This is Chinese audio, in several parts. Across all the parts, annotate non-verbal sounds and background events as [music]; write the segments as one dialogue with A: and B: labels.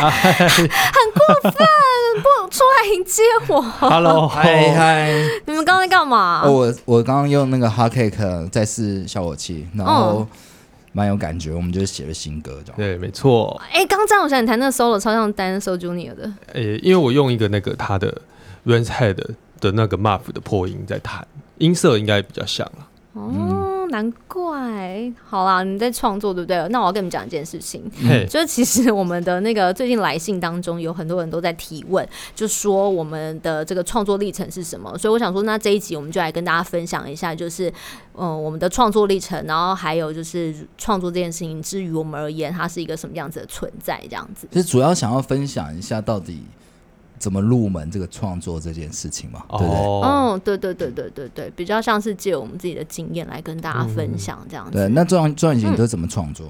A: 啊！
B: 很过分，不出来迎接我。
A: Hello，
C: 嗨嗨，
B: 你们刚刚在干嘛？
C: 哦我我刚刚用那个 Hot Cake 呃在试效果器，然
B: 哦
C: 后蛮有感觉，我们就写了新歌这样。
A: 对，没错，
B: 哎、刚刚张友祥你弹那个 solo 超像 Dinosaur Junior 的，
A: 诶、因为我用一个那个他的 r a n s Head 的那个 Muff 的破音在弹，音色应该比较像了。
B: 哦，难怪。好啦，你们在创作对不对？那我要跟你们讲一件事情，
A: 嘿，
B: 就是其实我们的那个最近来信当中，有很多人都在提问，就说我们的这个创作历程是什么。所以我想说，那这一集我们就来跟大家分享一下，就是嗯、呃我们的创作历程，然后还有就是创作这件事情，至于我们而言，它是一个什么样子的存在，这样子。
C: 其实主要想要分享一下到底怎么入门这个创作这件事情嘛，对不对？
A: 哦，
B: 嗯，对对对对对对，比较像是借我们自己的经验来跟大家分享这样子。
C: 对，那这样这样你都怎么创作？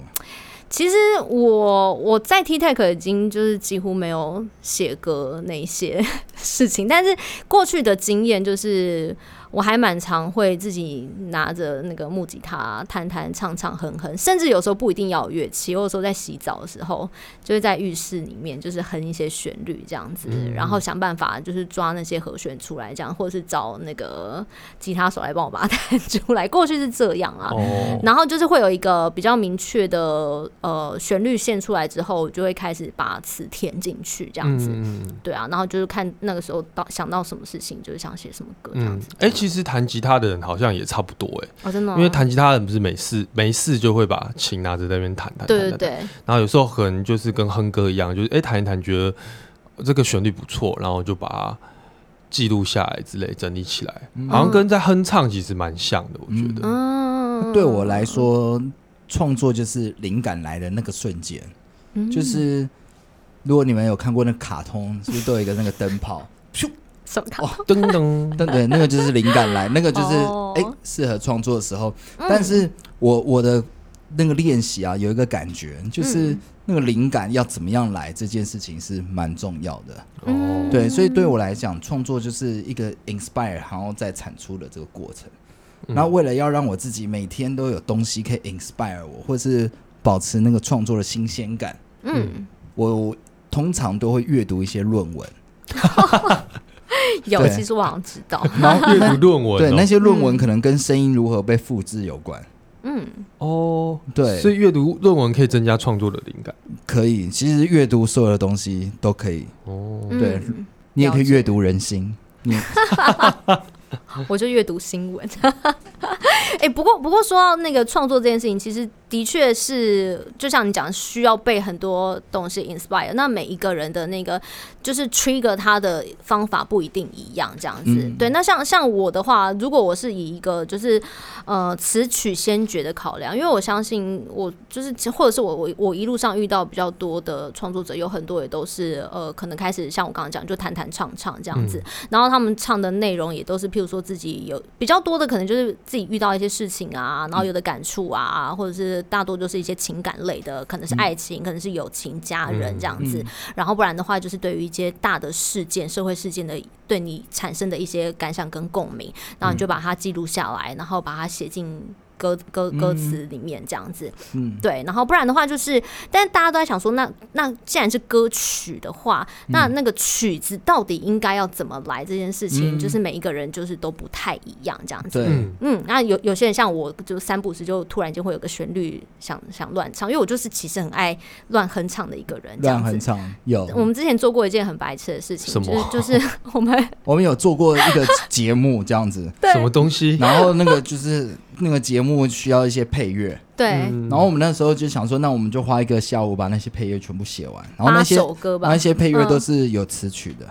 B: 其实我我在 T Tech 已经就是几乎没有写歌那些 [laughs] 事情，但是过去的经验就是我还蛮常会自己拿着那个木吉他弹弹唱唱哼哼，甚至有时候不一定要有乐器，我有时候在洗澡的时候就会在浴室里面就是哼一些旋律这样子，然后想办法就是抓那些和弦出来这样，或者是找那个吉他手来帮我把它弹出来。过去是这样啊，
A: 哦，
B: 然后就是会有一个比较明确的呃旋律线出来之后，我就会开始把词填进去，这样子。
A: 嗯
B: 对啊，然后就是看那个时候到想到什么事情，就是想写什么歌这样
A: 嗯
B: 子。，
A: 哎、其实弹吉他的人好像也差不多哎、
B: 哦，真的吗，
A: 因为弹吉他的人不是没事没事就会把琴拿着在那边弹弹，弹
B: 对
A: 弹
B: 对
A: 弹
B: 对，
A: 然后有时候可能就是跟哼歌一样，就是哎弹一弹，觉得呃这个旋律不错，然后就把它记录下来之类，整理起来，好像跟在哼唱其实蛮像的，我觉得。
B: 嗯，
C: 对我来说，创作就是灵感来的那个瞬间，
B: 嗯
C: 就是如果你们有看过那卡通，是不是都有一个那个灯泡？咻，
B: 什么卡
C: 哦
A: 噔噔，
C: 对对，那个就是灵感来，那个就是
B: 哦
C: 哎适、合创作的时候。但是我我的那个练习啊，有一个感觉，就是那个灵感要怎么样来这件事情是蛮重要的。
A: 哦，
C: 对，所以对我来讲，创作就是一个 inspire，然后再产出的这个过程。然后为了要让我自己每天都有东西可以 inspire 我，或是保持那个创作的新鲜感，
B: 嗯，
C: 我通常都会阅读一些论文。
B: 有，
C: 对
B: 其实我好像知道，
A: 然后阅读论文，哦
C: 对，那些论文可能跟声音如何被复制有关。
B: 嗯，
A: 哦，
C: 对
A: 所以阅读论文可以增加创作的灵感。
C: 可以，其实阅读所有的东西都可以，
A: 哦，
B: 嗯
C: 对，你也可以阅读人心。你
B: 我就阅读新闻。 [laughs] 哎、不过不过说到那个创作这件事情，其实的确是就像你讲，需要被很多东西 inspire。那每一个人的那个就是 trigger 他的方法不一定一样，这样子。
C: 嗯
B: 对，那像像我的话，如果我是以一个就是呃词曲先决的考量，因为我相信我就是或者是我我我一路上遇到比较多的创作者，有很多也都是呃可能开始像我刚刚讲就弹弹唱唱这样子，然后他们唱的内容也都是，譬如说自己有比较多的，可能就是自己遇到一些事情啊，然后有的感触啊，或者是大多就是一些情感类的，可能是爱情，可能是友情、家人这样子。
C: 嗯
B: 然后不然的话，就是对于一些大的事件、社会事件的对你产生的一些感想跟共鸣，然后你就把它记录下来，然后把它写进。歌歌歌词里面这样子，
C: 嗯，
B: 对，然后不然的话就是，但大家都在想说，那那既然是歌曲的话，
C: 嗯
B: 那那个曲子到底应该要怎么来这件事情，就是每一个人就是都不太一样这样子。
C: 嗯对，
A: 嗯
B: 嗯，那有有些人像我，就三不时就突然间会有个旋律想想乱唱，因为我就是其实很爱乱哼唱的一个人，这
C: 乱
B: 样
C: 很
B: 子。
C: 长有，
B: 我们之前做过一件很白痴的事情，
A: 什
B: 就是
A: 么
B: 就是我们
C: 我们有做过一个节目这样
B: [laughs]
C: 子，
B: 对
A: [laughs] 什么东西？
C: 然后那个就是那个节目需要一些配乐，
B: 对
A: 嗯
C: 然后我们那时候就想说，那我们就花一个下午把那些配乐全部写完，然后
B: 八
C: 那些
B: 首歌
C: 然后
B: 吧
C: 那，些配乐
B: 嗯
C: 都是有词曲的，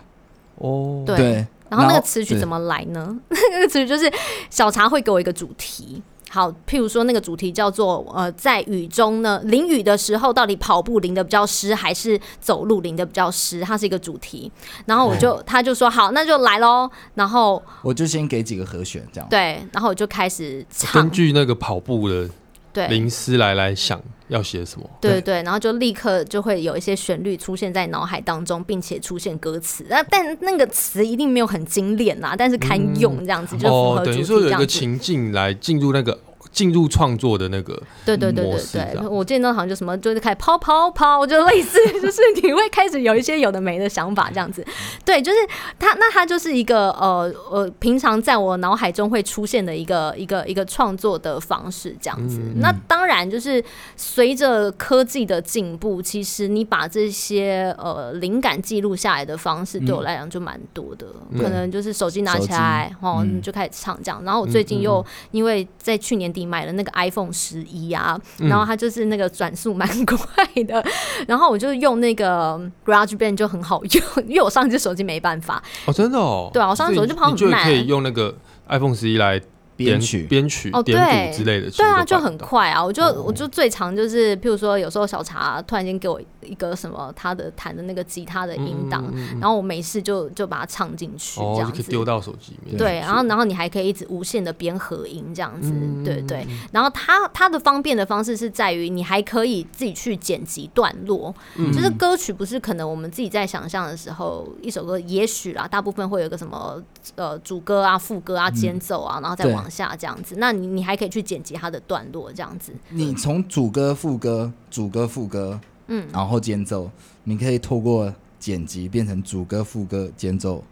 A: 哦，
B: 对
C: 对，
B: 然后那个词曲
C: 对
B: 怎么来呢？ [laughs] 那个词曲就是小茶会给我一个主题。好，譬如说那个主题叫做呃，在雨中呢，淋雨的时候到底跑步淋的比较湿，还是走路淋的比较湿？它是一个主题。然后
A: 嗯
B: 我就、他就说好，那就来喽。然后
C: 我就先给几个和弦这样，
B: 对，然后我就开始唱
A: 根，据那个跑步的
B: 对
A: 林思来来想要写什么。
B: 对对对，然后就立刻就会有一些旋律出现在脑海当中，并且出现歌词。那但那个词一定没有很精炼啦，但是堪用这样子，就符
A: 哦
B: 合，主
A: 等
B: 题
A: 于说有
B: 这
A: 一
B: 样
A: 个
B: 子。
A: 情境来进入那个进入创作的那个
B: 对对对
A: 模
B: 对
A: 式这
B: 对，
A: 样
B: 我见到好像就什么就是开始跑跑跑，就类似就是你会开始有一些有的没的想法这样
A: 嗯
B: 子。对，就是他那他就是一个呃呃，平常在我脑海中会出现的一个一个一个创作的方式这样子。
A: 嗯
B: 那当然就是随着科技的进步，其实你把这些呃灵感记录下来的方式，对我来讲就蛮多的，
A: 嗯
B: 可能就是手机拿
C: 手
B: 起
C: 机
B: 来哦，
C: 嗯
B: 你就开始唱这样。然后我
A: 嗯
B: 最近又因为在去年底买了那个 iPhone 十一啊，
A: 嗯
B: 然后它就是那个转速蛮快的， [laughs] 然后我就用那个 GarageBand 就很好用， [laughs] 因为我上一只手机没办法。
A: 哦，真的哦，
B: 对啊我上次手机就跑很
A: 所以你
B: 慢
A: 你就可以用那个 iPhone 十一来
C: 编
A: 点
C: 曲
A: 编曲
B: 哦、
A: 点
B: 对
A: 谱之类的，其实
B: 对啊，
A: 都
B: 就
A: 办得
B: 很
A: 到。
B: 快啊！我就、
A: 哦
B: 我就最常就是，譬如说有时候小茶突然间给我一个什么他的弹的那个吉他的音档，然后我没事就就把它唱进去，这
A: 嗯哦，
B: 样
A: 就可以
B: 子。
A: 丢到手机里面去。
B: 对，然后然后你还可以一直无限的边合音这样子，
A: 嗯
B: 对对。然后它它的方便的方式是在于你还可以自己去剪辑段落，
C: 嗯
B: 就是歌曲不是可能我们自己在想象的时候，一首歌也许啦，大部分会有一个什么呃主歌啊、副歌啊、间奏啊，然后再
C: 嗯对
B: 往下这样子。那你你还可以去剪辑它的段落这样子，
C: 你从主歌、副歌、主歌、副歌，
B: 嗯，
C: 然后间奏，你可以透过剪辑变成主歌、副歌、间奏、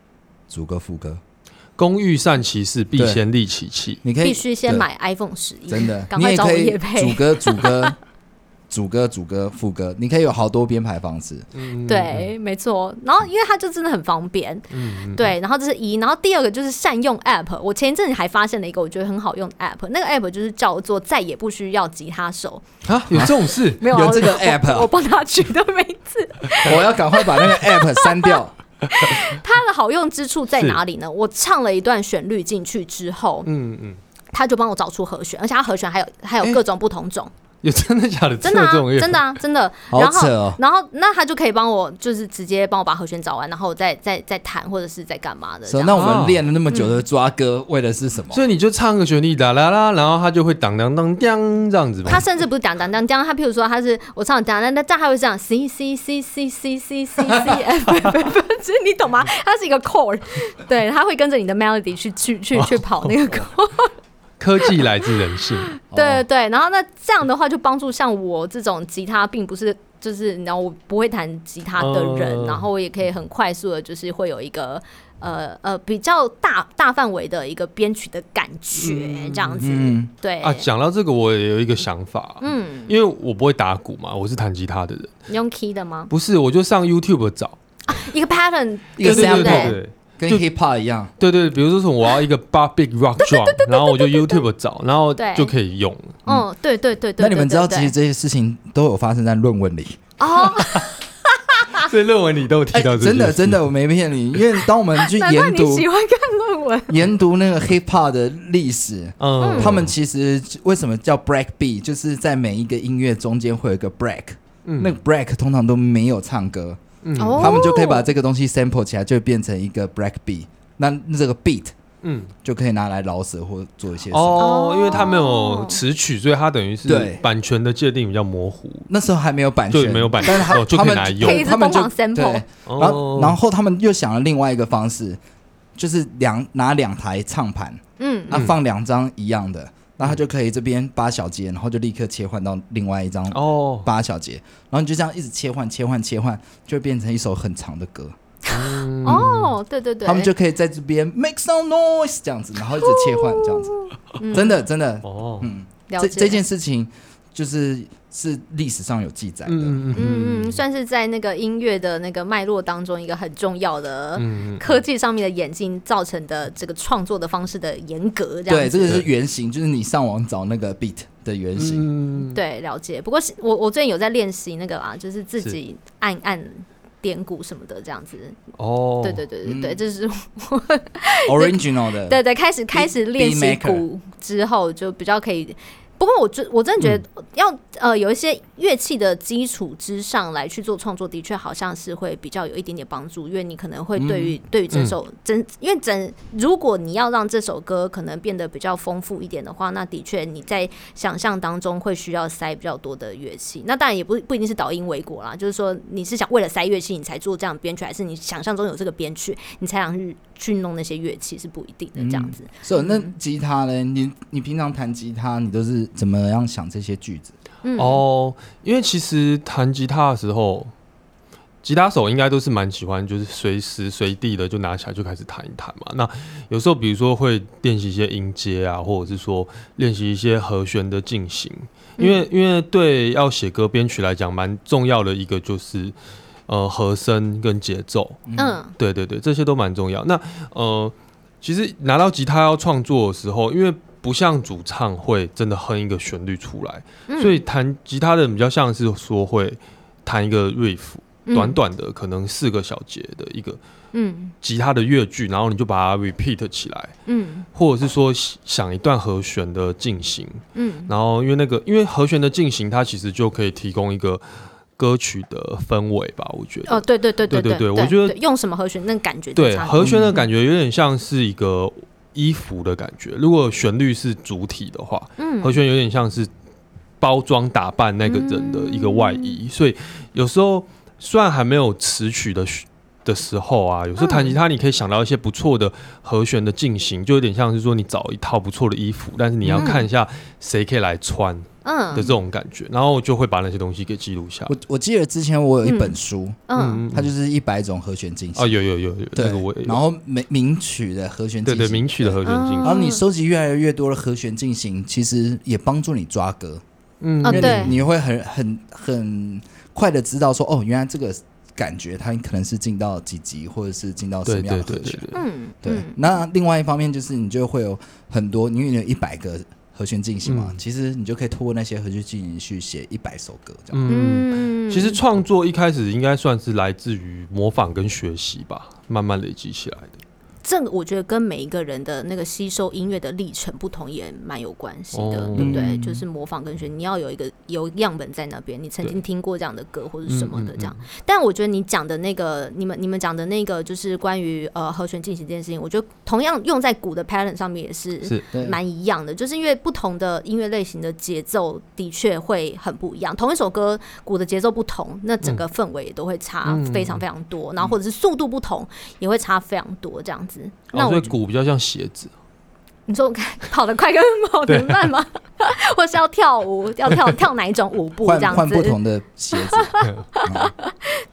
C: 主歌、副歌。
A: 工欲善其事，必
C: 对
A: 先利其器。
C: 你可以
B: 必须先
C: 对
B: 买 iPhone 十一，
C: 真的，
B: [laughs] 赶
C: 你
B: 快
C: 也
B: 找我
C: 可以
B: 叶
C: 主
B: 配。
C: 歌、主歌、 [laughs] 主歌、主歌、副歌，你可以有好多编排方
A: [laughs]
C: 式。
A: 嗯，
B: 对，没错。然后，因为它就真的很方便，
A: 嗯，嗯，
B: 对，然后这是一，然后第二个就是善用 App。我前一阵子还发现了一个我觉得很好用的 App，那个 App 就是叫做再也不需要吉他手，？
A: 嗯啊，有这种事
B: 没有啊
C: 有
B: 我
C: 这个
B: 我
C: app 啊
B: 我帮他取的名字。
C: 我要赶快把那个 app 删掉。
B: [laughs] 它的好用之处在
A: 是
B: 哪里呢？我唱了一段旋律进去之后，
A: 嗯嗯，
B: 它就帮我找出和弦，而且它和弦还有还有
A: 哎
B: 各种不同种，
A: 有真的假的？
B: 真的
A: 有
B: 啊
A: 这种，乐
B: 真的啊，真的。
C: 好
B: 然后
C: 扯哦
B: 然后那它就可以帮我，就是直接帮我把和弦找完，然后我再再再弹或者是在干嘛的这
C: 所以
B: 样。
C: 那我们练了那么久的抓歌，为的是什
B: 哦
C: 么？
A: 所以你就唱个旋律哒啦啦，然后它就会当当当当这样子吗？
B: 他甚至不是当当当当，他譬如说他是我唱当当当，但他会这样 c c c c c c c c f f f，就是你懂吗？它是一个 chord，对，他会跟着你的 melody 去去去去跑那
A: [laughs]
B: 个 chord，
A: 科技来自人性，
B: 对对对。然后那这样的话就帮助像我这种吉他并不是就是你知道我不会弹吉他的人，
A: 嗯
B: 然后我也可以很快速的，就是会有一个。呃呃，比较大大范围的一个编曲的感觉，这样子，
C: 嗯
B: [laughs] 对，
A: 啊，讲到这个，我也有一个想法，啊
B: 嗯，
A: 因为我不会打鼓嘛，我是弹吉他的人，
B: 你用 key 的吗？
A: 不是，我就上 YouTube 找，
B: 一个 pattern，
C: 一
A: 对
C: 个
A: 对
C: sample
A: 对对
C: 跟
A: 就
C: hip hop 一样，
A: 对对，比如说什么我要一个八 big rock drum，然后我就 YouTube 找，然后
B: 对
A: 就可以用了。
B: 嗯，对对对对。
C: 那你们知道，
B: 对
C: 其
B: 对
C: 实这些事情都有发生在论文里。
B: 哦，啊
A: 所以论文里都有提
C: 哎，
A: 到这
C: 真的
A: 件事
C: 真的，我没骗你，因为当我们去
B: 难怪
C: 研
B: 你
C: 读
B: 喜欢看论文。
C: 研读那个 hip hop 的历史，
A: 嗯，
C: 他们其实为什么叫 break beat，就是在每一个音乐中间会有一个 break，、那
A: 嗯
C: 个 break 通常都没有唱歌，
A: 嗯
B: 哦
C: 他们就可以把这个东西 sample 起来，就变成一个 break beat。那这个 beat
A: 嗯
C: 就可以拿来饶舌或做一些什么。
A: 哦
B: 哦，
A: 因为它没有词曲，所以它等于是
C: 对
A: 版权的界定比较模糊。
C: 那时候还没有版
A: 对
C: 权，
A: 没有版权
C: 但是他
A: 哦就可
C: 他
A: 以
C: 们
A: 拿来
B: 用可以一直
C: 他们就
B: 疯狂 sample
C: 对，
A: 哦
C: 然后然后他们又想了另外一个方式，就是两拿两台唱盘，
B: 嗯，
C: 那、啊放两张一样的，那他就可以这边八小节，然后就立刻切换到另外一张
A: 哦，
C: 八小节，然后你就这样一直切换、切换、切换，就会变成一首很长的歌。
B: 哦，对对对，
C: 嗯他们就可以在这边 make some noise 这样子，然后一直切换这样子，
B: 嗯
C: 真的真的，
A: 哦，
C: 嗯，
B: 了
C: 这
B: 解
C: 这件。事情就是是历史上有记载的。
B: 嗯
A: 嗯
B: 嗯，算是在那个音乐的那个脉络当中一个很重要的
A: 嗯
B: 科技上面的演进造成的这个创作的方式的严格这
C: 对，
B: 样子。
C: 这个是原型，就是你上网找那个 beat 的原型。
A: 嗯，
B: 对，了解。不过是我我最近有在练习那个啦，就是自己按按点鼓什么的这样子。
A: 哦，
B: 对对对对对，
C: 嗯
B: 这是
C: [laughs] original 的，
B: 对对，开始开始
C: Beat-
B: 练
C: beat
B: 习
C: maker
B: 鼓之后，就比较可以。不过我真我真的觉
C: 嗯
B: 得要、呃有一些乐器的基础之上来去做创作，的确好像是会比较有一点点帮助，因为你可能会对
C: 嗯
B: 于、对于整首整，因为整如果你要让这首歌可能变得比较丰富一点的话，那的确你在想象当中会需要塞比较多的乐器。那当然也不不一定是导因为果啦，就是说你是想为了塞乐器你才做这样的编曲，还是你想象中有这个编曲你才想去去弄那些乐器是不一定的这样子。
C: 所以那
B: 嗯
C: 吉他嘞，你你平常弹吉他，你都是怎么样想这些句子？
B: 嗯，
A: 哦，因为其实弹吉他的时候，吉他手应该都是蛮喜欢，就是随时随地的就拿起来就开始弹一弹嘛。那有时候比如说会练习一些音阶啊，或者是说练习一些和弦的进行，因为因为对要写歌编曲来讲，蛮重要的一个就是呃和声跟节奏。
B: 嗯
A: 对对对，这些都蛮重要。那呃，其实拿到吉他要创作的时候，因为不像主唱会真的哼一个旋律出来，
B: 嗯，
A: 所以弹吉他的比较像是说会弹一个 riff，
B: 嗯
A: 短短的可能四个小节的一个
B: 嗯
A: 吉他的乐句，然后你就把它 repeat 起来，
B: 嗯
A: 或者是说想一段和弦的进行，
B: 嗯
A: 然后因为那个因为和弦的进行，它其实就可以提供一个歌曲的氛围吧，我觉得。
B: 哦，对对对
A: 对
B: 对
A: 对对我觉得
B: 对用什么和弦，那个感觉就
A: 对，
B: 差很
A: 和弦的感觉有点像是一个衣服的感觉。如果旋律是主体的话，
B: 嗯
A: 和弦有点像是包装打扮那个人的一个外衣，所以有时候虽然还没有词曲的旋的时候啊，有时候弹吉他你可以想到一些不错的和弦的进行，就有点像是说你找一套不错的衣服，但是你要看一下谁可以来穿的
B: 嗯
A: 这种感觉，然后就会把那些东西给记录下来。
C: 我我记得之前我有一本书，
B: 嗯
C: 它就是一百种和弦进
A: 啊，
C: 行，
A: 有有有有，这
C: 对
A: 个我也，有
C: 然后名名曲的和弦进
A: 对
C: 行，
A: 对名曲的和弦进行，
C: 然后你收集越来越多的和弦进行，其实也帮助你抓歌，
A: 嗯
B: 啊
C: 因为
B: 对
C: 你你会很很很快的知道说，哦，原来这个感觉它可能是进到几级，或者是进到什
A: 对
C: 么样
A: 对
C: 的
A: 对
C: 和
A: 对
C: 弦。
A: 对，
B: 嗯
C: 对，那另外一方面就是你就会有很多，因为你有一百个和弦进行嘛，
A: 嗯
C: 其实你就可以透过那些和弦进行去写一百首歌这样。
A: 嗯。
B: 嗯
A: 其实创作一开始应该算是来自于模仿跟学习吧，慢慢累积起来的。
B: 这个我觉得跟每一个人的那个吸收音乐的历程不同也蛮有关系的，
A: 哦
B: 对不对？
C: 嗯
B: 就是模仿跟学，你要有一个有样本在那边，你曾经
A: 对
B: 听过这样的歌或者是什么的
A: 嗯嗯嗯
B: 这样。但我觉得你讲的那个，你们你们讲的那个，就是关于呃和弦进行这件事情，我觉得同样用在鼓的 pattern 上面也是
A: 是
C: 对，
B: 蛮一样的，就是因为不同的音乐类型的节奏的确会很不一样。同一首歌，鼓的节奏不同，那整
C: 嗯
B: 个氛围也都会差
A: 嗯
B: 非常非常多。然后或者是速度不同，也会差非常多这样子。
A: 哦，
B: 那
A: 所
B: 我
A: 以鼓比较像鞋子，
B: 你说我 [laughs] 看跑得快跟跑得慢吗？ [laughs] 或是要跳舞，要跳跳哪一种舞步这
C: 换
B: 样
C: 换
B: 子？
C: 不同的鞋子，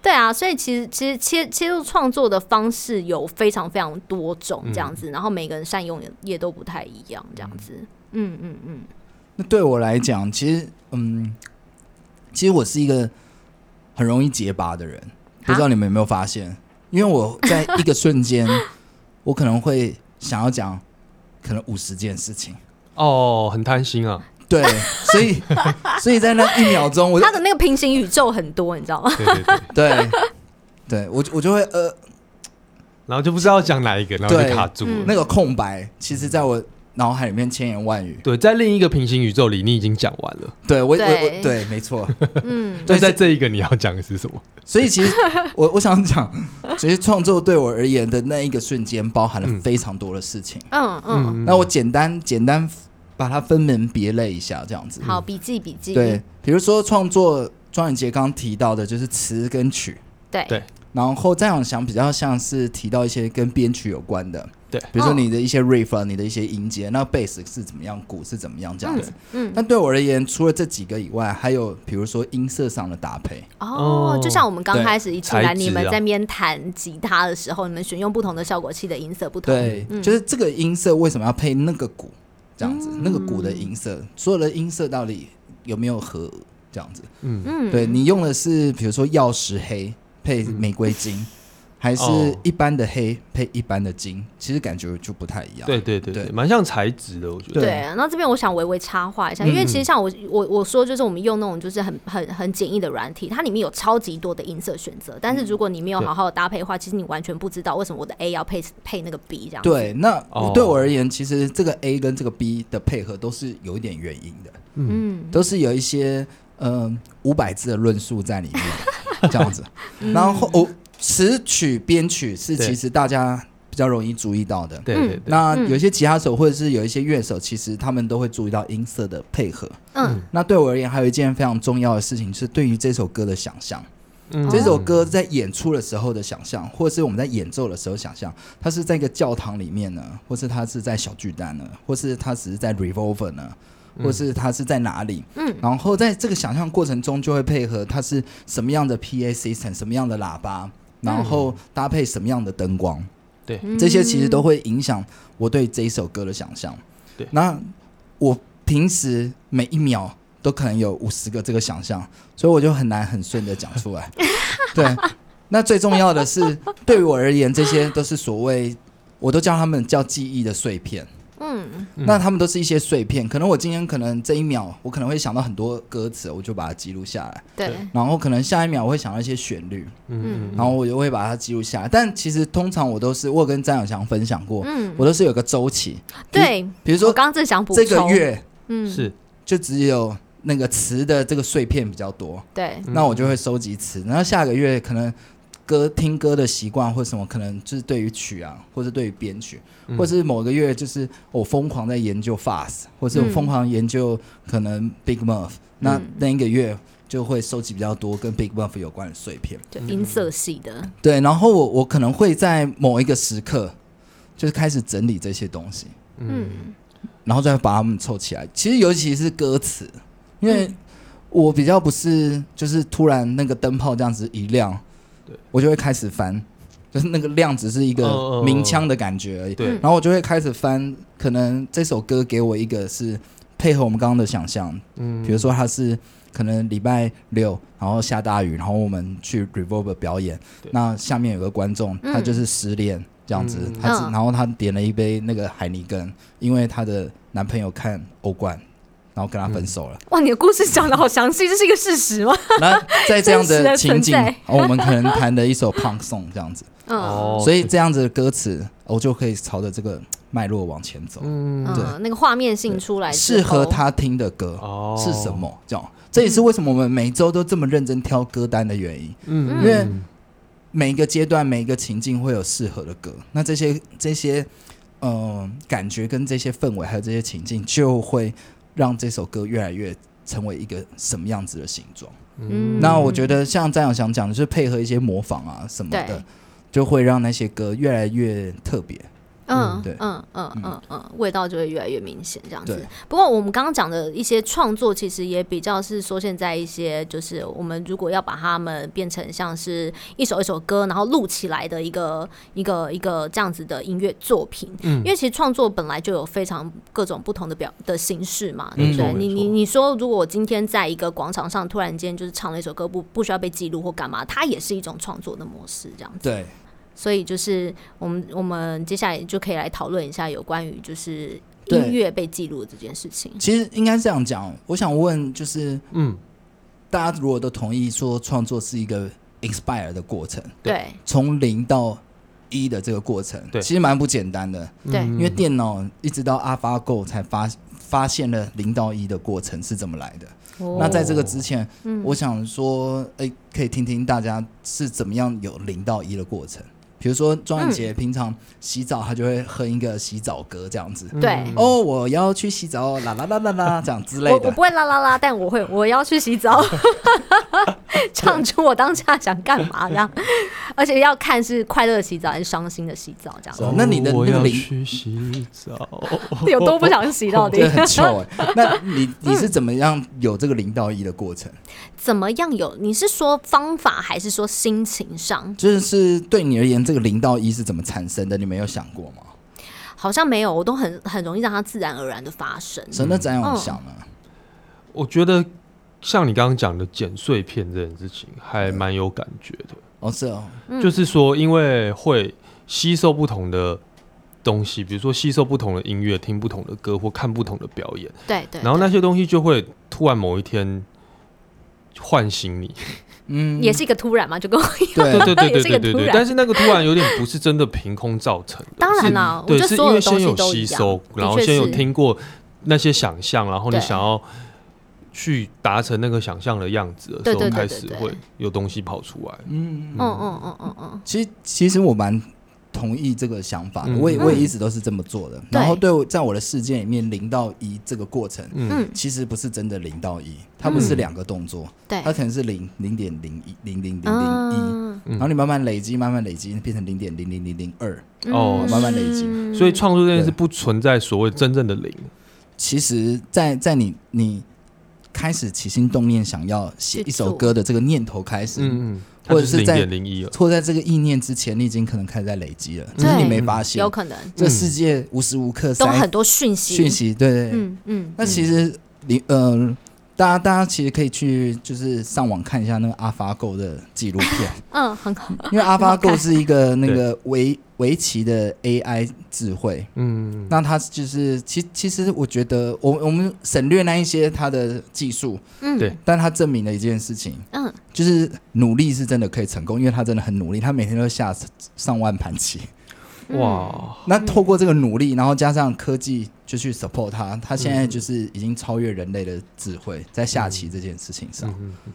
B: 对啊，所以其实其实切切入创作的方式有非常非常多种
C: 嗯
B: 这样子，然后每个人善用也也都不太一样这样子。嗯嗯嗯
C: 那对我来讲，其实嗯，其实我是一个很容易结巴的人，不
B: 啊
C: 知道你们有没有发现？因为我在一个瞬间，我可能会想要讲可能五十件事情，
A: 哦，很贪心啊。
B: [laughs]
C: 对，所以所以在那一秒钟，我就
B: 他的那个平行宇宙很多，你知道吗？
A: 对对对，
C: 对对我就我就会呃
A: 然后就不知道讲哪一个，然后就卡住
B: 对嗯
A: 了。
C: 那个空白，其实在我脑海里面千言万语，
A: 对，在另一个平行宇宙里，你已经讲完了，
C: 对我我
B: 对
C: 我对，没错，
B: 嗯
A: 但
C: 对
A: 在这一个你要讲的是什么？
C: 所以其实我 [laughs] 我
B: [laughs]
C: 想讲，其实创作对我而言的那一个瞬间，包含了
A: 嗯
C: 非常多的事情。
B: 嗯嗯，
C: 那我简单简单把它分门别类一下，这样子。
B: 好，笔记笔记，
C: 嗯对，比如说创作，庄宇杰刚刚提到的就是词跟曲，
B: 对
A: 对
C: 然后再往想比较像是提到一些跟编曲有关的，
A: 对
C: 比如说
B: 哦
C: 你的一些 riff 啊，你的一些音阶，那 bass 是怎么样，鼓是怎么样这样子。
B: 嗯
C: 那对我而言，除了这几个以外，还有比如说音色上的搭配，
B: 哦
A: 哦，
B: 就像我们刚
C: 对
B: 开始一出
A: 材
B: 来，你
A: 质
B: 们
A: 啊
B: 在面弹吉他的时候，你们选用不同的效果器的音色不同，
C: 对，就是这个音色为什么要配那个鼓？这样子，那个鼓的音色，所有的音色到底有没有合？这样子，
A: 嗯，
B: 嗯，
C: 对你用的是比如说曜石黑配玫瑰金，还是
A: 哦
C: 一般的黑配一般的金？其实感觉就不太一样。
A: 对对对
C: 嗯对
A: 对，蛮像材质的，我觉得。
C: 对
B: 对，那这边我想微微插话一下，
A: 嗯
B: 因为其实像我我我说，就是我们用那种就是很很很简易的软体，它里面有超级多的音色选择，但是如果你没有
A: 对
B: 好好的搭配的话，其实你完全不知道为什么我的 A 要配配那个 B 这样。，
C: 对，那
A: 哦
C: 对我而言，其实这个 A 跟这个 B 的配合都是有一点原因的，
B: 嗯
C: 都是有一些嗯五百字的论述在里面，这样子。然后哦，词曲编曲是
A: 对
C: 其实大家比较容易注意到的。
A: 对
B: 嗯
A: 对对，
C: 那有一些吉他手或者是有一些乐手，其实他们都会注意到音色的配合。
B: 嗯
C: 那对我而言，还有一件非常重要的事情是对于这首歌的想象。
A: 嗯
C: 这首歌在演出的时候的想象，或者是我们在演奏的时候想象，它是在一个教堂里面呢，或是它是在小巨蛋呢，或是它只是在 Revolver 呢，
A: 嗯
C: 或是它是在哪里？
B: 嗯，
C: 然后在这个想象过程中，就会配合它是什么样的 PA system，什么样的喇叭，然后搭配什么样的灯光。
A: 对，
C: 这些其实都会影响我对这一首歌的想象。
A: 对
C: 那我平时每一秒都可能有五十个这个想象，所以我就很难很顺的讲出来。 [laughs] 对，那最重要的是，对我而言，这些都是所谓。我都叫他们叫记忆的碎片，
B: 嗯
A: 嗯
C: 那他们都是一些碎片。可能我今天可能这一秒，我可能会想到很多歌词，我就把它记录下来。
B: 对
A: 对
C: 然后可能下一秒我会想到一些旋律，
A: 嗯嗯
C: 然后我就会把它记录下来。但其实通常我都是，我有跟张友祥分享过，
B: 嗯
C: 我都是有个周期，
B: 对，
C: 比如
B: 我
C: 说
B: 刚刚正想补
C: 这
B: 充
C: 个月
A: 嗯
B: 嗯
A: 是
C: 就只有那个词的这个碎片比较多，
B: 对
A: 嗯
C: 那我就会收集词，然后下个月可能。歌听歌的习惯或什么，可能就是对于曲啊，或者对于编曲，
A: 嗯
C: 或是某个月就是我疯狂在研究 fast，或是我
B: 嗯
C: 疯狂研究可能 big muff，、那
B: 嗯
C: 那一个月就会收集比较多跟 big muff 有关的碎片。
B: 就音色系的，
C: 对，然后我我可能会在某一个时刻，就是开始整理这些东西，
B: 嗯
C: 然后再把它们凑起来。其实尤其是歌词，因
B: 嗯
C: 为我比较不是就是突然那个灯泡这样子一亮
A: 对，
C: 我就会开始翻，就是那个亮只是一
A: 哦哦
C: 个
A: 哦
C: 鸣枪的感觉而已。
A: 对
B: 嗯
C: 然后我就会开始翻，可能这首歌给我一个是配合我们刚刚的想象，
A: 嗯
C: 比如说他是可能礼拜六，然后下大雨，然后我们去 Revolver 表演
A: 对，
C: 那下面有个观众，
B: 嗯
C: 他就是失恋这样子，
A: 嗯
C: 他是
B: 嗯
C: 然后他点了一杯那个海尼根，因为她的男朋友看欧冠。然后跟他分手了。
B: 哇，你的故事讲的好详细，这是一个事实吗？
C: 那在这样的情
B: 真实
C: 景，
B: 的存在
C: 然后我们可能弹的一首 punk song 这样子，
B: 嗯
A: 哦
C: 所以这样子的歌词，我就可以朝着这个脉络往前走。
A: 嗯
C: 对
B: 嗯，那个画面性出来之
C: 适合
B: 后，
C: 他听的歌
A: 哦
C: 是什？么？这样，这也是为什么我们每周都这么认真挑歌单的原因。
A: 嗯，
B: 因
C: 为
A: 嗯
C: 每一个阶段、每一个情境会有适合的歌，那这些这些嗯、呃感觉跟这些氛围还有这些情境，就会让这首歌越来越成为一个什么样子的形状。
B: 嗯
C: 那我觉得像张友祥讲的，就是配合一些模仿啊什么的
B: 对，
C: 就会让那些歌越来越特别。
B: 嗯，
C: 对
B: 嗯嗯
C: 嗯
B: 嗯嗯，味道就会越来越明显这样子
C: 对。
B: 不过我们刚刚讲的一些创作，其实也比较是说现在一些，就是我们如果要把它们变成像是一首一首歌，然后录起来的一个一个一个这样子的音乐作品。
A: 嗯
B: 因为其实创作本来就有非常各种不同的表的形式嘛，对
C: 没
B: 不
C: 错
B: 对？你
A: 没
B: 你
A: 错
B: 你说，如果我今天在一个广场上突然间就是唱了一首歌，不不需要被记录或干嘛，它也是一种创作的模式这样子。
C: 对，
B: 所以就是我们我们接下来就可以来讨论一下有关于就是
C: 对
B: 音乐被记录这件事情。
C: 其实应该这样讲。我想问，就是
A: 嗯
C: 大家如果都同意说创作是一个 inspire 的过程，
B: 对
C: 从零到一的这个过程，
A: 对
C: 其实蛮不简单的，
B: 对
A: 嗯
C: 因为电脑一直到 AlphaGo 才发发现了零到一的过程是怎么来的。
B: 哦
C: 那在这个之前，
B: 嗯
C: 我想说，哎、可以听听大家是怎么样有零到一的过程。比如说庄宇杰平常洗澡，他就会哼一个洗澡歌这样子，
A: 嗯
B: 对
C: 哦，我要去洗澡，啦啦啦啦啦，这样之类
A: 哦
B: 我我
C: 的。
B: 不会啦啦啦，但我会我要去洗澡， [laughs] 唱出我当下想干嘛这样，而且要看是快乐的洗澡还是伤心的洗澡这样
C: 是。哦那你的
A: 我
C: 那个
A: 要
C: 零
A: 去洗澡，哦
B: 有多不想洗到底
C: 这？很臭哎、那你你是怎么样有这个零到一的过程？
B: 怎么样有？你是说方法还是说心情上？
C: 就是对你而言，这个零到一是怎么产生的？你没有想过吗？
B: 好像没有，我都很很容易让它自然而然的发生。
C: 神的展勇想呢？
A: 我觉得像你刚刚讲的剪碎片这件事情，还蛮有感觉的。
C: 哦，是哦，
B: 嗯
A: 嗯就是说，因为会吸收不同的东西，比如说吸收不同的音乐、听不同的歌或看不同的表演，
B: 对对，
A: 然后
B: 对
A: 那些东西就会突然某一天唤醒你。
C: 嗯，
B: 也是一个突然嘛，就跟我 [laughs] 一
C: 对
A: 对 [laughs] 对对
B: 也
A: 对
B: 是一个
A: 对
B: 突
A: 对
B: 然
A: 对，但是那个突然有点不是真的凭空造成的，
B: 当然啦，我
A: 对，
B: 觉得
A: 是
B: 哦所
A: 因
B: 有的东西
A: 为先有
B: 都一
A: 吸
B: 样
A: 收，，然后
B: 的确
A: 先有
B: 是，
A: 听过那些想象，然后你
B: 对
A: 想要去达成那个想象的样子的
B: 对
A: 时候，
B: 对对
A: 开
B: 对
A: 始
B: 对
A: 会有东西跑出来。
C: 嗯，
B: 嗯嗯嗯嗯嗯，
C: 其实其实我蛮同意这个想法的，
A: 嗯
C: 我也
B: 嗯
C: 我也一直都是这么做的。然后
B: 对
C: 对我，在我的世界里面，零到一这个过程，
A: 嗯
B: 嗯
C: 其实不是真的零到一，它不是两个动作，
B: 对，
C: 它可能是零零点零一零零零零一，
B: 嗯
A: 嗯
C: 然后你慢慢累积，慢慢累积，变成零点零零零零二。
A: 哦
C: 慢慢累积
B: 嗯
A: 所以创作这件事不存在所谓真正的零，
C: 其实在，在你你开始起心动念想要写一
B: 去做
C: 首歌的这个念头开始，
A: 嗯嗯，它
C: 或者
A: 就是零
C: 在
A: 点零一了，
C: 或在这个意念之前，你已经可能开始在累积了，只
B: 对
C: 是你没发现
B: 嗯有。可能
C: 这世界无时无刻
B: 都
C: 塞
B: 很多讯息，
C: 讯，息，对对对。
B: 嗯嗯，
C: 那其实你呃，大家大家其实可以去就是上网看一下那个阿法狗的纪录片，
B: [laughs] 嗯，很好，
C: 因为阿法狗是一个那
B: [laughs]
A: 对
C: 个围围棋的 AI 智慧。
A: 嗯，
C: 那它就是，其其实我觉得，我我们省略那一些它的技术，
B: 嗯，
A: 对，
C: 但它证明了一件事情，
B: 嗯，
C: 就是努力是真的可以成功，因为他真的很努力，他每天都下上万盘棋。
B: 嗯
A: 哇，
C: 那透过这个努力，然后加上科技就去 support 他，他现在就是已经超越人类的智慧，在下棋这件事情上。
A: 嗯嗯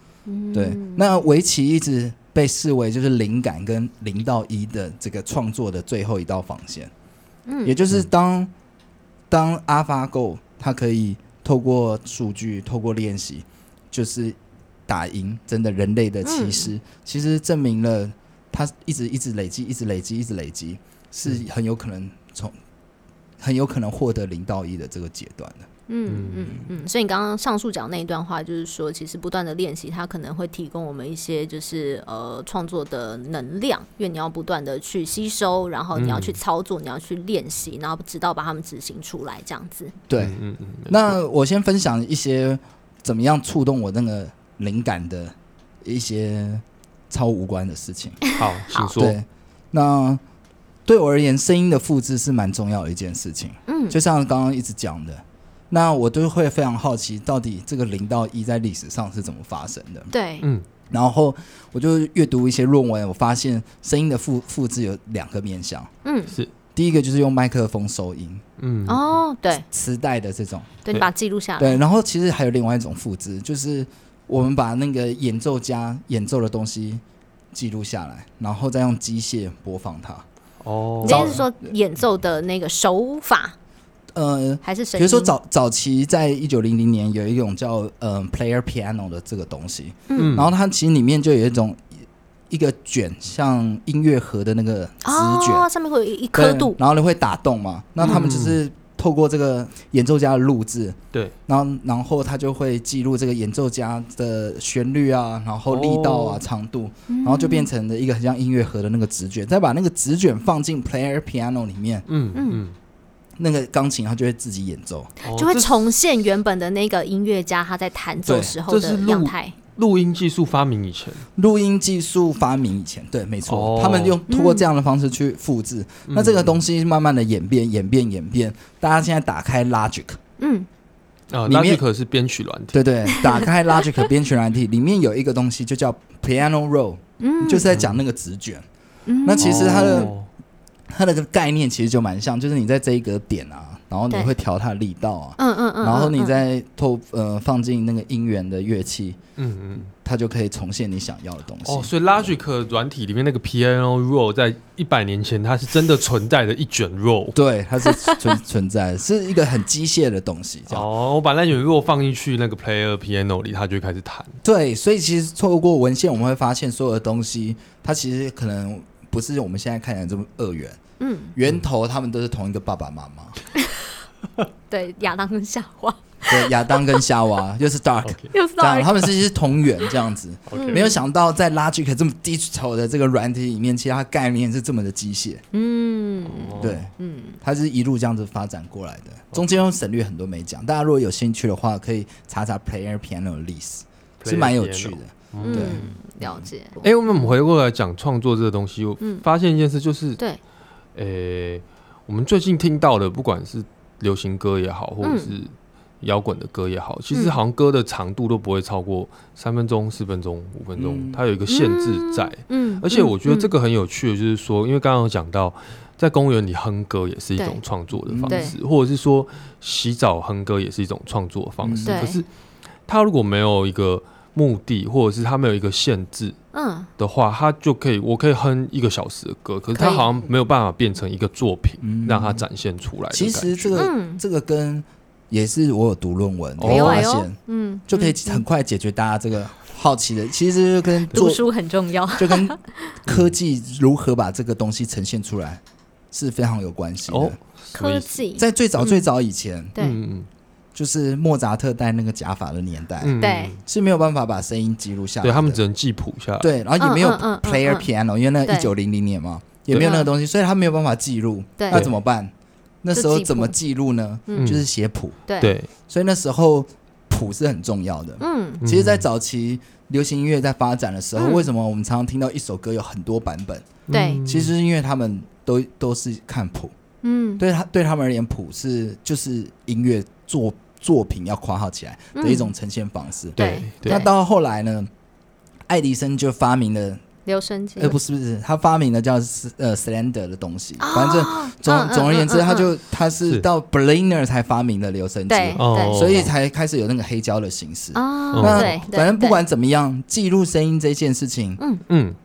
B: 嗯
C: 对，那围棋一直被视为就是灵感跟零到一的这个创作的最后一道防线，
B: 嗯
C: 也就是当当 AlphaGo 它可以透过数据、透过练习，就是打赢真的人类的棋师，
B: 嗯
C: 其实证明了它一直一直累积、一直累积、一直累积，是
B: 嗯
C: 很有可能从很有可能获得零到一的这个阶段的。
B: 嗯嗯嗯，所以你刚刚上述讲那一段话，就是说，其实不断的练习，它可能会提供我们一些就是呃创作的能量，因为你要不断的去吸收，然后你要去操作，你要去练习，然后直到把它们执行出来，这样子。
C: 对，
A: 嗯嗯，没错
C: 那我先分享一些怎么样触动我那个灵感的一些超无关的事情。
A: 好，请
B: 好
A: 说，
C: 对，那对我而言，声音的复制是蛮重要的一件事情。
B: 嗯
C: 就像刚刚一直讲的，那我都会非常好奇，到底这个零到一在历史上是怎么发生的。
B: 对，
A: 嗯
C: 然后我就阅读一些论文，我发现声音的复复制有两个面向，
B: 嗯，
C: 第一个就是用麦克风收音，
A: 嗯，
B: 哦，对，
C: 磁带的这种。
B: 对，
A: 对
B: 你把它记录下来。
C: 对，然后其实还有另外一种复制，就是我们把那个演奏家演奏的东西记录下来，然后再用机械播放它。
A: 哦
B: 你，今天是说
C: 嗯
B: 演奏的那个手法
C: 呃，
B: 还是声
C: 比
B: 音？
C: 如说早早期在一九零零年有一种叫嗯、呃 player piano 的这个东西，
A: 嗯
C: 然后它其实里面就有一种一个卷，像音乐盒的那个纸卷，
B: 哦，上面会有一一刻
C: 对
B: 度，嗯
C: 然后你会打洞嘛？那他们就是透过这个演奏家的录制，
A: 对，
C: 然后然后他就会记录这个演奏家的旋律啊，然后力道啊、
A: 哦
C: 长度，然后就变成了一个很像音乐盒的那个纸卷，再把那个纸卷放进 player piano 里面，
A: 嗯嗯，
C: 那个钢琴它就会自己演奏。
A: 哦
B: 就会
A: 这是
B: 重现原本的那个音乐家他在弹奏
C: 对
B: 时候
A: 这
B: 的
A: 是录
B: 样态。
A: 录音技术发明以前，
C: 录音技术发明以前，对，没错，
A: 哦嗯
C: 他们用通过这样的方式去复制。那这个东西慢慢的演变、演变、演变，大家现在打开 Logic，
B: 嗯，
A: 啊，
C: 里
A: 那这
C: 面
A: 可是编曲软体，
C: 对对，打开 Logic 编曲软体，里面有一个东西就叫 Piano Roll，、
B: 嗯
C: 就是在讲那个纸卷。那其实它的、
A: 哦
C: 它的这个概念其实就蛮像，就是你在这一个点啊，然后你
B: 对
C: 会调它的力道啊，
B: 嗯嗯嗯，
C: 然后你
B: 嗯嗯
C: 再透呃放进那个音源的乐器，
A: 嗯嗯。
C: 它就可以重现你想要的东西。
A: 哦，所以 Logic 软体里面那个 Piano Roll 在一百年前它是真的存在的一卷 roll。
C: 对，它是存 [laughs] 存在的，是一个很机械的东西，这样。
A: 哦，我把那卷 roll 放进去那个 Player Piano 里，它就会开始弹。
C: 对，所以其实透过文献，我们会发现所有的东西，它其实可能不是我们现在看起来这么二元，
B: 嗯，
C: 源头他们都是同一个爸爸妈妈，
B: 对，亚当跟夏娃
C: 对，亚当跟夏娃，又是 Dark，
A: OK
B: 又是
C: 这样，他们是其实同源这样子。
A: OK，
C: 没有想到在 Logic 这么 digital 的这个软体里面，其实它概念是这么的机械，
B: 嗯
A: 哦
C: 对，
B: 嗯，
C: 它是一路这样子发展过来的，中间又省略很多没讲。大家如果有兴趣的话，可以查查 Player Piano 的历史，是蛮有趣
A: Player
C: 的
A: Piano。
B: 嗯
C: 对，
B: 了解，
A: 哎、我们回过来讲创作这个东西，我
B: 嗯
A: 发现一件事，就是，
B: 对，
A: 呃、我们最近听到的，不管是流行歌也好，或者
B: 嗯
A: 是摇滚的歌也好，其实
B: 嗯
A: 好像歌的长度都不会超过三分钟、四分钟、五分钟，
C: 嗯
A: 它有一个限制在。
B: 嗯，
A: 而且我觉得这
B: 个
A: 个很有趣，的就是说，因为刚刚有讲到，在公园里哼歌也是一种
B: 对
A: 创作的
C: 嗯
A: 方
B: 对
A: 式，或者是说洗澡哼歌也是一种创作的方式。
B: 嗯
A: 可是他如果没有一个目的，或者是他们有一个限制
B: 嗯，
A: 的话，他就可以，我可以哼一个小时的歌，可是他
B: 可以
A: 好像没有办法变成一个作品，
C: 嗯
A: 让它展现出来的感觉。
C: 其实这个、
B: 嗯
C: 这个跟也是我有读论文，
A: 哦
B: 哎
C: 我
B: 呦
C: 发
B: 哎
C: 现、
B: 呦，嗯，
C: 就可以
B: 嗯
C: 很快解决大家这个好奇的，其实就跟
B: 读
C: 做
B: 书很重要。
C: [laughs] 就跟科技如何把这个东西呈现出来是非常有关系的。
A: 哦嗯什么
B: 科
A: 意思
B: 技，
C: 在最早最早以前，
B: 对
A: 嗯
C: 就是莫扎特戴那个假发的年代，
A: 嗯
B: 对
C: 是没有办法把声音记录下来哎的。
A: 对，他们只能记谱下来。
C: 对，然后也没有
B: 嗯嗯嗯嗯
C: player
B: 嗯
C: piano，因为那
B: 对
C: 一九零零年嘛，也没有那个东西，所以他没有办法记录。
B: 对
C: 那怎么办？那时
B: 就
C: 候
B: 记谱
C: 怎么记录呢？
A: 嗯
C: 就是写谱，
B: 对，
A: 对，
C: 所以那时候谱是很重要的。
B: 嗯，
A: 嗯
C: 其实，在早期流行音乐在发展的时候，
B: 嗯
C: 为什么我们常常听到一首歌有很多版本？
A: 嗯
B: 对
C: 嗯其实是因为他们都都是看谱，
B: 嗯，
C: 对他对他们而言，谱是就是音乐作作品要括号起来
B: 嗯
C: 的一种呈现方式。
A: 对
B: 对
C: 那到后来呢，爱迪生就发明了，
B: 留声机
C: 呃，，不是不是，他发明了叫斯呃 slender 的东西。反正
B: 哦
C: 总
B: 嗯
C: 总而言之，
B: 嗯嗯
C: 他就他是
A: 是
C: 到 Bliner 才发明了留声机，
B: 对
A: 哦
B: 对，
C: 所以才开始有那个黑胶的形式。
B: 啊，
C: 那
B: 对，对
C: 反正不
B: 对
C: 管怎么样，记录声音这件事情，
B: 嗯
A: 嗯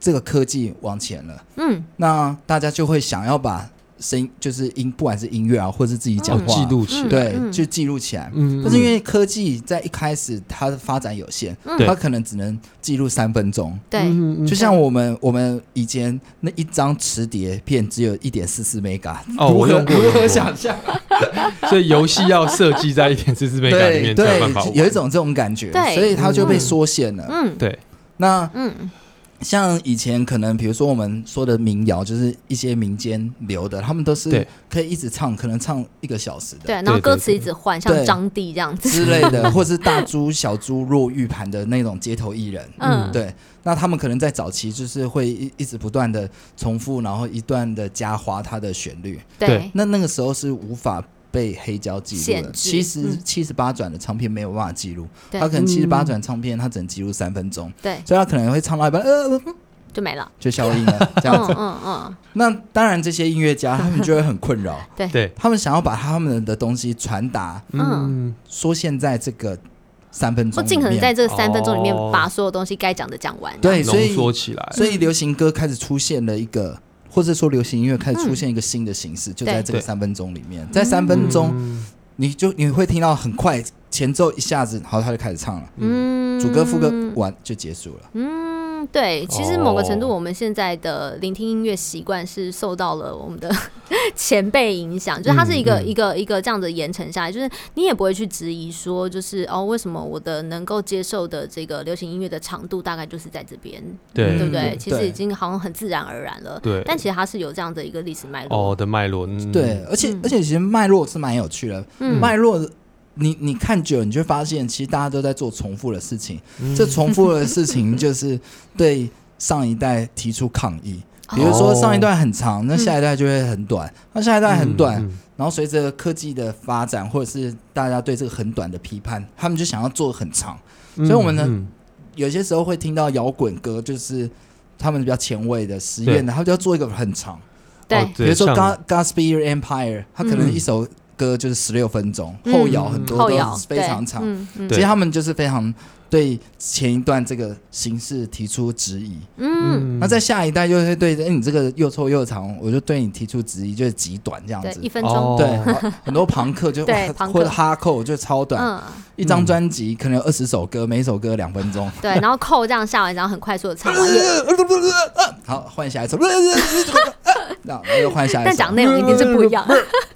C: 这个科技往前了。
B: 嗯，
C: 那大家就会想要把声音，就是音，不管是音乐啊，或是自己讲
A: 哦
C: 话，
A: 记录起来。
C: 对，
B: 嗯
C: 就记录起来。
A: 嗯，
C: 但是因为科技在一开始它的发展有限，
B: 嗯
C: 它可能只能记录三分钟。
B: 对，
A: 嗯嗯嗯
C: 就像我们我们以前那一张磁碟片只有一点四四 mega，
A: 哦我用过
C: 如
A: 用过
C: 何想象？
A: [laughs] 所以游戏要设计在一点知识美感里
C: 对
A: 面才有办法
C: 对，
A: 玩。
C: 有一种这种感觉，
B: 对
C: 所以它就被缩限了。
B: 嗯
A: 对，
C: 那
B: 嗯
C: 像以前可能，比如说我们说的民谣，就是一些民间流的，他们都是
A: 对
C: 可以一直唱，可能唱一个小时的。
B: 对，然后
A: 对
B: 歌
A: 对
B: 词一直换，像
C: 对
B: 张帝这样子，
C: 之类的，或是大猪、小猪落玉盘的那种街头艺人。
B: 嗯，
C: 对，那他们可能在早期就是会一一直不断的重复，然后一段的加花它的旋律。
B: 对
A: 对，
C: 那那个时候是无法被黑胶记录的，
B: 限制
C: 七十
B: 嗯
C: 七十八转的唱片没有办法记录，
B: 对嗯
C: 它可能七十八转唱片它只能记录三分钟，
B: 对，
C: 所以它可能会唱到一半，呃，呃
B: 就没
C: [laughs]
B: 了。
C: 就消音
B: [laughs]
C: 了这
B: 嗯
C: 样子。
B: 嗯嗯，
C: 那当然，这些音乐家他们就会很困扰，
B: 对
A: 对
C: 他们想要把他们的东西传达
B: 嗯
A: 嗯，
C: 缩限在这个三分
B: 我
C: 钟里
B: 尽可能
C: 面
B: 在这三分钟里面
A: 哦
B: 把所有东西该讲的讲完。
C: 对，所
A: 浓
C: 以
A: 缩起来。
C: 所以流行歌开始出现了一个，或者说流行音乐开始
B: 嗯
C: 出现一个新的形式，就在这个
A: 对
C: 三分钟里面，在三分钟
A: 嗯
C: 你就你会听到很快前奏一下子，然后他就开始唱了，
B: 嗯，
C: 主歌副歌完就结束了。
B: 嗯，对，其实某个程度，
A: 哦
B: 我们现在的聆听音乐习惯是受到了我们的 [laughs] 前辈影响，就是它是一个、
A: 嗯嗯
B: 一个一个这样子延承下来，就是你也不会去质疑说，就是哦，为什么我的能够接受的这个流行音乐的长度大概就是在这边，
A: 对
B: 对不
C: 嗯
B: 对？
C: 嗯
B: 其实
C: 对
B: 已经好像很自然而然了。
A: 对
B: 但其实它是有这样的一个历史脉络。
A: 哦的脉络，嗯
C: 对，，而且、
B: 嗯
C: 而且其实脉络是蛮有趣的，
B: 嗯
C: 脉络。你你看久了，你就会发现，其实大家都在做重复的事情。
A: 嗯
C: 这重复的事情就是对上一代提出抗议，比如
A: 哦
C: 说上一段很长，那下一代就会很短，那下一代很短，
A: 嗯，嗯
C: 然后随着科技的发展，或者是大家对这个很短的批判，他们就想要做很长。
A: 嗯
C: 所以我们呢
A: 嗯
C: 有些时候会听到摇滚歌，就是他们比较前卫的、实验的，他们就要做一个很长。
B: 对
A: 哦
C: 比如说
A: 像
C: 《God God Speed Empire》，它可能
A: 嗯
C: 一首歌就是十六分钟，
B: 嗯
C: 后摇很多
B: 后摇
C: 都是非常长。
B: 对嗯嗯
C: 其
A: 对
C: 实他们就是非常对前一段这个形式提出质疑。
B: 嗯，
C: 那在下一代就会对，哎，你这个又臭又长，我就对你提出质疑，就是极短这样
B: 对
C: 子，。
B: 一分钟，
A: 哦
C: 对， [laughs] 很很多朋克就
B: 对
C: 哇
B: 朋克
C: 或者哈扣就超短，
B: 嗯，
C: 一张专辑可能有二十首歌，每一首歌两分
B: [laughs]
C: 钟。
B: 对，然后扣这样下完，然后很快速的唱完，也
C: 好，换下一首， [laughs] 那我又换下一首。
B: 但讲内容一定是不一样。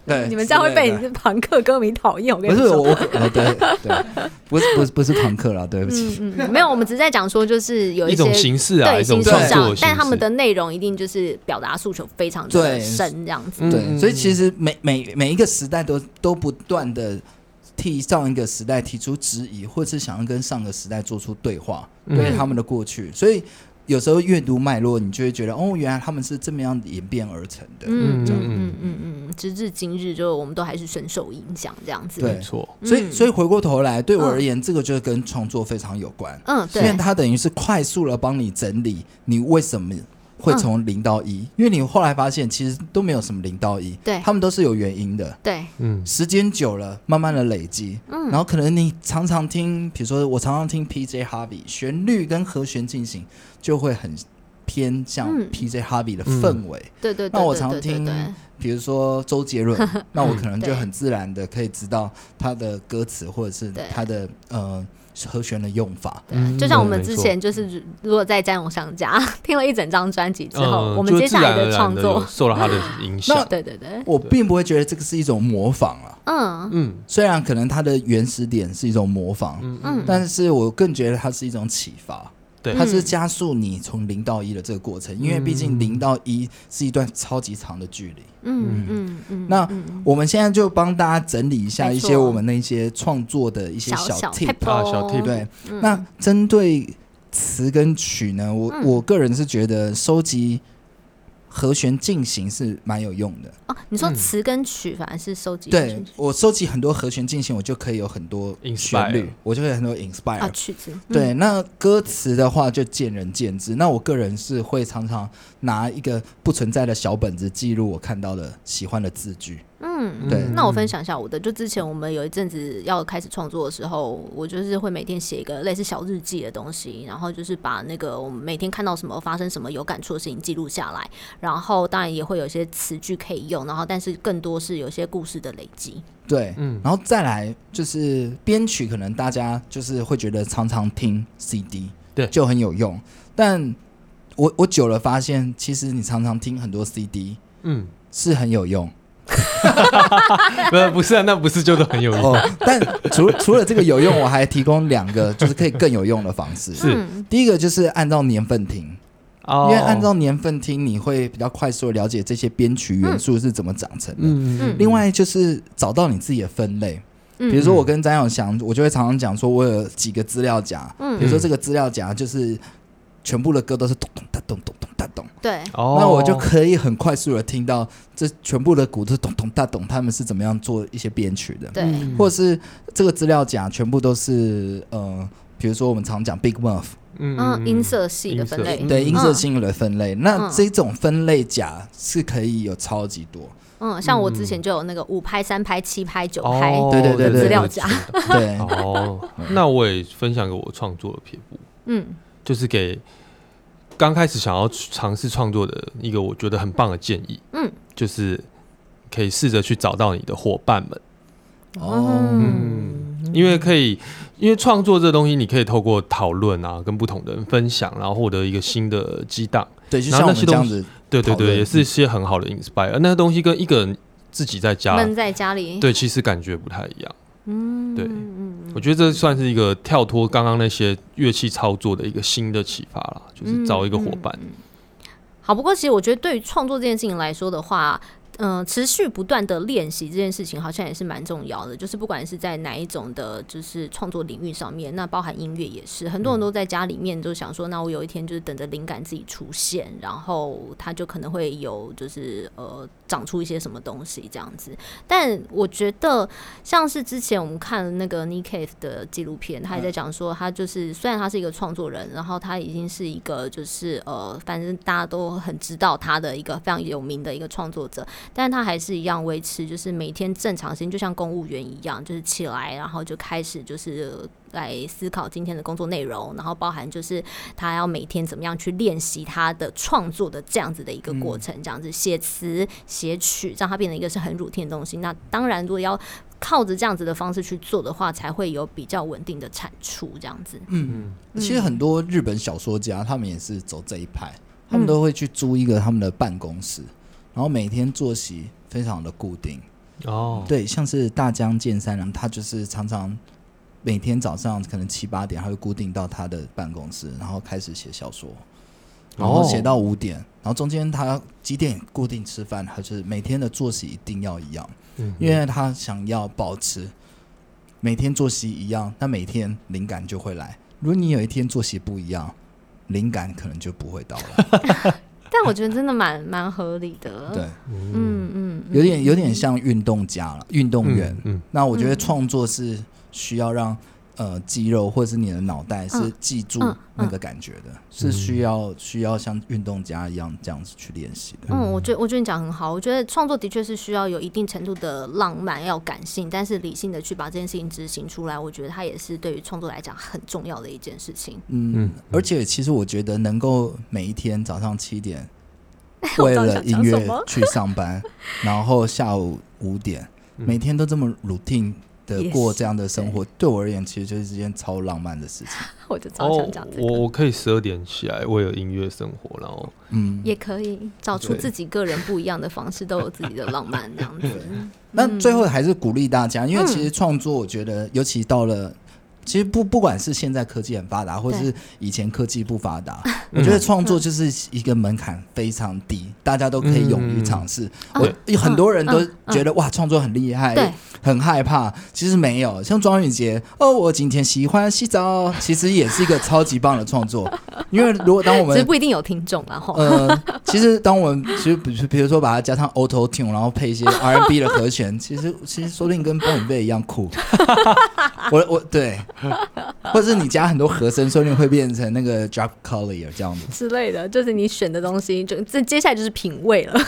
C: 对，
B: 你们这样会被你是朋克歌迷讨厌，我跟
C: 不
B: 你
C: 是我
B: 说。 [laughs]
C: 我呃对对，不是 [laughs] 不是不是朋克了，对不起。
B: 嗯嗯，没有，我们只是在讲说，就是有
A: 一
B: 些
A: 种形式啊，
B: 对
A: 一种
B: 形式
A: 创
C: 上
A: 作
B: 上
A: 的，形
B: 但他们
A: 式
B: 的内容一定就是表达诉求非常的
C: 对
B: 深，这样子。
A: 嗯
C: 对，所以其实每每每一个时代都都不断的替上一个时代提出质疑，或是想要跟上个时代做出对话，
A: 嗯
C: 对他们的过去。所以有时候阅读脉络，你就会觉得哦，原来他们是这么样演变而成的。
B: 嗯嗯
A: 嗯这样
B: 嗯嗯嗯，直至今日，就我们都还是深受影响，这样子。
C: 对
A: 没错，
C: 所以，
B: 嗯
C: 所以回过头来，对我而言，这个就是跟创作非常有关，
B: 嗯，
C: 因为
B: 对，
C: 它等于是快速的帮你整理你为什么会
B: 嗯
C: 从零到一、因为你后来发现其实都没有什么零到一，
B: 对
C: 他们都是有原因的。
B: 对，
A: 嗯
C: 时间久了，慢慢的累积，
B: 嗯
C: 然后可能你常常听，比如说我常常听 P.J. Harvey，旋律跟和弦进行就会很偏向
B: 嗯
C: P.J. Harvey 的氛围。
B: 对对对
C: 那我
B: 对
C: 常
B: 对对
C: 听
B: 对
C: 比如说周
B: [laughs]
C: 杰伦，
B: 嗯
C: 那我可能就
B: 对
C: 很自然的可以知道他的歌词或者是
B: 对
C: 他的呃和弦的用法。
A: 嗯
B: 就像我们
A: 对
B: 之
A: 没错
B: 前就是如，如果在詹永上家 [laughs] 听了一整张专辑之后，
A: 嗯
B: 我们
A: 就
B: 接下
A: 自
B: 来
A: 然而然
B: 创
A: 地
B: 作
A: 有，受了他的影响。
B: [laughs] 对对对，
C: 我并不会觉得这个是一种模仿啊，
B: 嗯
A: 嗯
C: 虽然可能它的原始点是一种模仿，
A: 嗯嗯，
B: 嗯，
C: 但是我更觉得它是一种启发。
A: 对
C: 它是加速你从零到一的这个过程，因为毕竟
A: 嗯
C: 零到一是一段超级长的距离。
B: 嗯嗯嗯，
C: 那
B: 嗯
C: 我们现在就帮大家整理一下
B: 没
C: 一
B: 错
C: 些我们那些创作的一些
B: 小哦嗯小
C: tip，
B: pebble
A: 啊小 tip
C: 对，那针对词跟曲呢，我、
B: 嗯
C: 我个人是觉得收集和弦进行是蛮有用的。
B: 哦，你说
A: 嗯
B: 词跟曲反而是收集的
C: 对我收集很多和弦进行，我就可以有很多
A: Inspire
C: 旋律，我就会有很多 inspire
B: 啊。曲子，嗯
C: 对，那歌词的话就见仁见智。那我个人是会常常拿一个不存在的小本子记录我看到的喜欢的字句。
B: 嗯。
C: 对
A: 嗯
B: 那我分享一下我的，就之前我们有一阵子要开始创作的时候，我就是会每天写一个类似小日记的东西，然后就是把那个我们每天看到什么、发生什么、有感触的事情记录下来，然后当然也会有一些词句可以用，然后但是更多是有一些故事的累积。
C: 对，
A: 嗯
C: 然后再来就是编曲，可能大家就是会觉得常常听 CD，
A: 对
C: 就很有用。但我我久了发现，其实你常常听很多 CD
A: 嗯，
C: 是很有用
A: 不是不是啊，那不是就都很有用。
C: 哦。但除 [laughs] 除了这个有用，我还提供两个就是可以更有用的方式。 [laughs]
A: 是
B: 嗯
C: 第一个就是按照年份听，
A: 哦
C: 因为按照年份听，你会比较快速的了解这些编曲元素是怎么长成的。
A: 嗯
B: 嗯
C: 另外就是找到你自己的分类，
B: 嗯
C: 比如说我跟张永祥，我就会常常讲说，我有几个资料夹，
B: 嗯
C: 比如说这个资料夹就是全部的歌都是咚咚哒咚咚咚哒咚，
B: 对，
A: 哦，
C: 那我就可以很快速的听到这全部的鼓都是咚咚哒咚，他们是怎么样做一些编曲的，
B: 对
A: 嗯
C: 或者是这个资料夹全部都是呃，比如说我们常讲 Big Muff，
A: 嗯
B: 嗯，音色系的
A: 音色
B: 分类，
C: 对
A: 嗯
C: 音色性的分类，那
B: 嗯
C: 这种分类夹是可以有超级多，
B: 嗯，像我之前就有那个五拍、三拍、七拍、九拍，
A: 哦，
C: 对对对对
B: 资料夹
C: 对，
A: 哦， [laughs] 那我也分享给我创作的撇步，
B: 嗯
A: 就是给刚开始想要尝试创作的一个我觉得很棒的建议，
B: 嗯，
A: 就是可以试着去找到你的伙伴们。
C: 哦，
A: 嗯，因为可以，因为创作这东西，你可以透过讨论啊，跟不同的人分享，然后获得一个新的激荡。
C: 对，就
A: 然
C: 像
A: 后那
C: 我们
A: 些
C: 这
A: 东
C: 样
A: 西
C: 子，
A: 对对
C: 讨论
A: 对，也是一些很好的 inspire。那个东西跟一个人自己在家，
B: 闷在家里，
A: 对，其实感觉不太一样。
B: 嗯，
A: 对
B: 嗯嗯
A: 我觉得这算是一个跳脱刚刚那些乐器操作的一个新的启发啦，就是找一个伙伴。
B: 嗯嗯嗯好，不过其实我觉得对于创作这件事情来说的话。嗯、持续不断的练习这件事情好像也是蛮重要的，就是不管是在哪一种的，就是创作领域上面，那包含音乐也是，很多人都在家里面就想说，那我有一天就是等着灵感自己出现，然后它就可能会有就是呃长出一些什么东西这样子。但我觉得像是之前我们看那个 Nick Cave 的纪录片，他也在讲说，他就是虽然他是一个创作人，然后他已经是一个就是呃，反正大家都很知道他的一个非常有名的一个创作者，但是他还是一样维持就是每天正常时间，就像公务员一样，就是起来然后就开始就是。来思考今天的工作内容，然后包含就是他要每天怎么样去练习他的创作的这样子的一个过程，这样子写词、写曲，让它变成一个是很 routine 的东西。那当然，如果要靠着这样子的方式去做的话，才会有比较稳定的产出。这样子，
C: 嗯，其实很多日本小说家他们也是走这一派，他们都会去租一个他们的办公室，然后每天作息非常的固定。
A: 哦，
C: 对，像是大江健三郎，他就是常常每天早上可能七八点，他会固定到他的办公室，然后开始写小说，然后写
A: 哦
C: 到五点，然后中间他几点固定吃饭，他就是每天的作息一定要一样，
A: 嗯
C: 因为他想要保持每天作息一样，那每天灵感就会来。如果你有一天作息不一样，灵感可能就不会到了。
B: 但我觉得真的蛮蛮合理的。
C: 对，，
A: 嗯
B: 嗯啊嗯，
C: 有点有点像运动家了，运动员。
A: 嗯
C: 那我觉得创作是需要让呃肌肉或者是你的脑袋是
B: 嗯
C: 记住
B: 嗯
C: 那个感觉的，是需要需要像运动家一样这样子去练习的。
B: 嗯，我觉得我觉得你讲得很好。我觉得创作的确是需要有一定程度的浪漫，要感性，但是理性的去把这件事情执行出来。我觉得它也是对于创作来讲很重要的一件事情。 [laughs]
C: 嗯
A: 嗯，
C: 而且其实我觉得能够每一天早上七点
B: [laughs] 我
C: 为
B: 知道你
C: 了
B: 想
C: 音
B: 讲什
C: 乐
B: 么
C: 去上班，然后下午五点，
A: 嗯
C: 每天都这么 routine 的
B: 也
C: 过
B: 是
C: 这样的生活，对我而言其实就是一件超浪漫的事情。
B: 我就超
A: 哦
B: 想讲，这
A: 我
B: 个，
A: 我可以十二点起来，为了音乐生活，然后
C: 嗯，
B: 也可以找出
C: 对
B: 自己个人不一样的方式，都有自己的浪漫这样子。
C: 那
B: 嗯
C: 最后还是鼓励大家，因为其实创作，我觉得尤其到了。其实不不管是现在科技很发达，或是以前科技不发达，
B: 嗯
C: 我觉得创作就是一个门槛非常低，大家都可以勇于尝试。
A: 嗯
C: 我有很多人都
B: 哦嗯嗯
C: 觉得哇，创作很厉
B: 对
C: 害，很害怕。其实没有，像庄宇杰哦，我今天喜欢洗澡，其实也是一个超级棒的创作。因为如果当我
B: 只是
C: 们
B: 不一定有听众啊，吼，
C: 呃，其实当我们其实比比如说把它加上 Auto Tune，然后配一
B: [laughs]
C: 些 R&B 的和弦，其实其实说不定跟 b o n b 一
B: [laughs]
C: 样酷。我我对，或者是你加很多和声，说不定会变成那个 Drop Collier 这样子。
B: [laughs] 之类的，就是你选的东西，就这接下来就是品味
C: [laughs]
B: 了，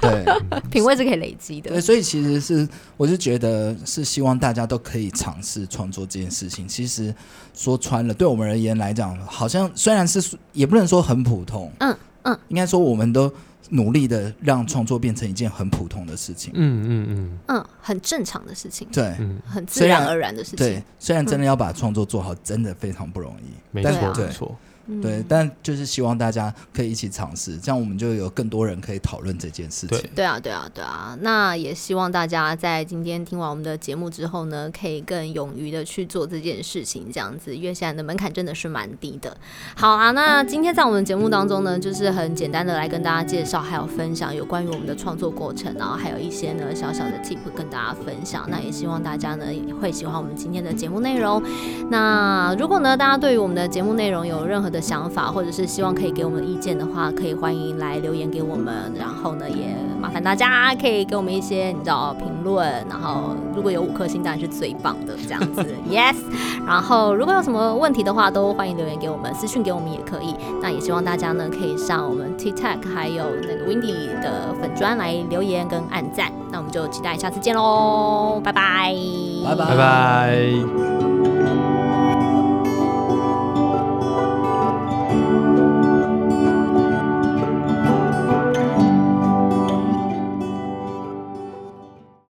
C: 对
B: 品味是可以累积
C: 对，
B: 的。
C: 所以其实是我是觉得是希望大家都可以尝试创作这件事情。其实说穿了，对我们而言来讲，好像虽然是也不能说很普通，
B: 嗯嗯，
C: 应该说我们都努力的让创作变成一件很普通的事情。
A: 嗯嗯嗯
B: 嗯，很正常的事情，
C: 对，
A: 嗯，
B: 很自
C: 虽然
B: 然而然的事情
C: 对。，虽然真的要把创作做好，真的非常不容易。
A: 没
B: 对
A: 错
B: 啊
A: 没错，
B: 嗯
C: 对，但就是希望大家可以一起尝试，这样我们就有更多人可以讨论这件事情
A: 对。
B: 对啊，对啊，对啊。那也希望大家在今天听完我们的节目之后呢，可以更勇于的去做这件事情，这样子，因为现在的门槛真的是蛮低的。好啊，那今天在我们节目当中呢，就是很简单的来跟大家介绍，还有分享有关于我们的创作过程，然后还有一些呢小小的 tip 跟大家分享。那也希望大家呢也会喜欢我们今天的节目内容。那如果呢，大家对于我们的节目内容有任何的想法，或者是希望可以给我们意见的话，可以欢迎来留言给我们。然后呢，也麻烦大家可以给我们一些你知道评论，然后如果有五颗星，当然是最棒的这样子，yes。然后如果有什么问题的话，都欢迎留言给我们，私讯给我们也可以。那也希望大家呢可以上我们 T Tech 还有那个 Windy 的粉砖来留言跟按赞。那我们就期待下次见喽，拜拜，
C: 拜拜
A: 拜拜。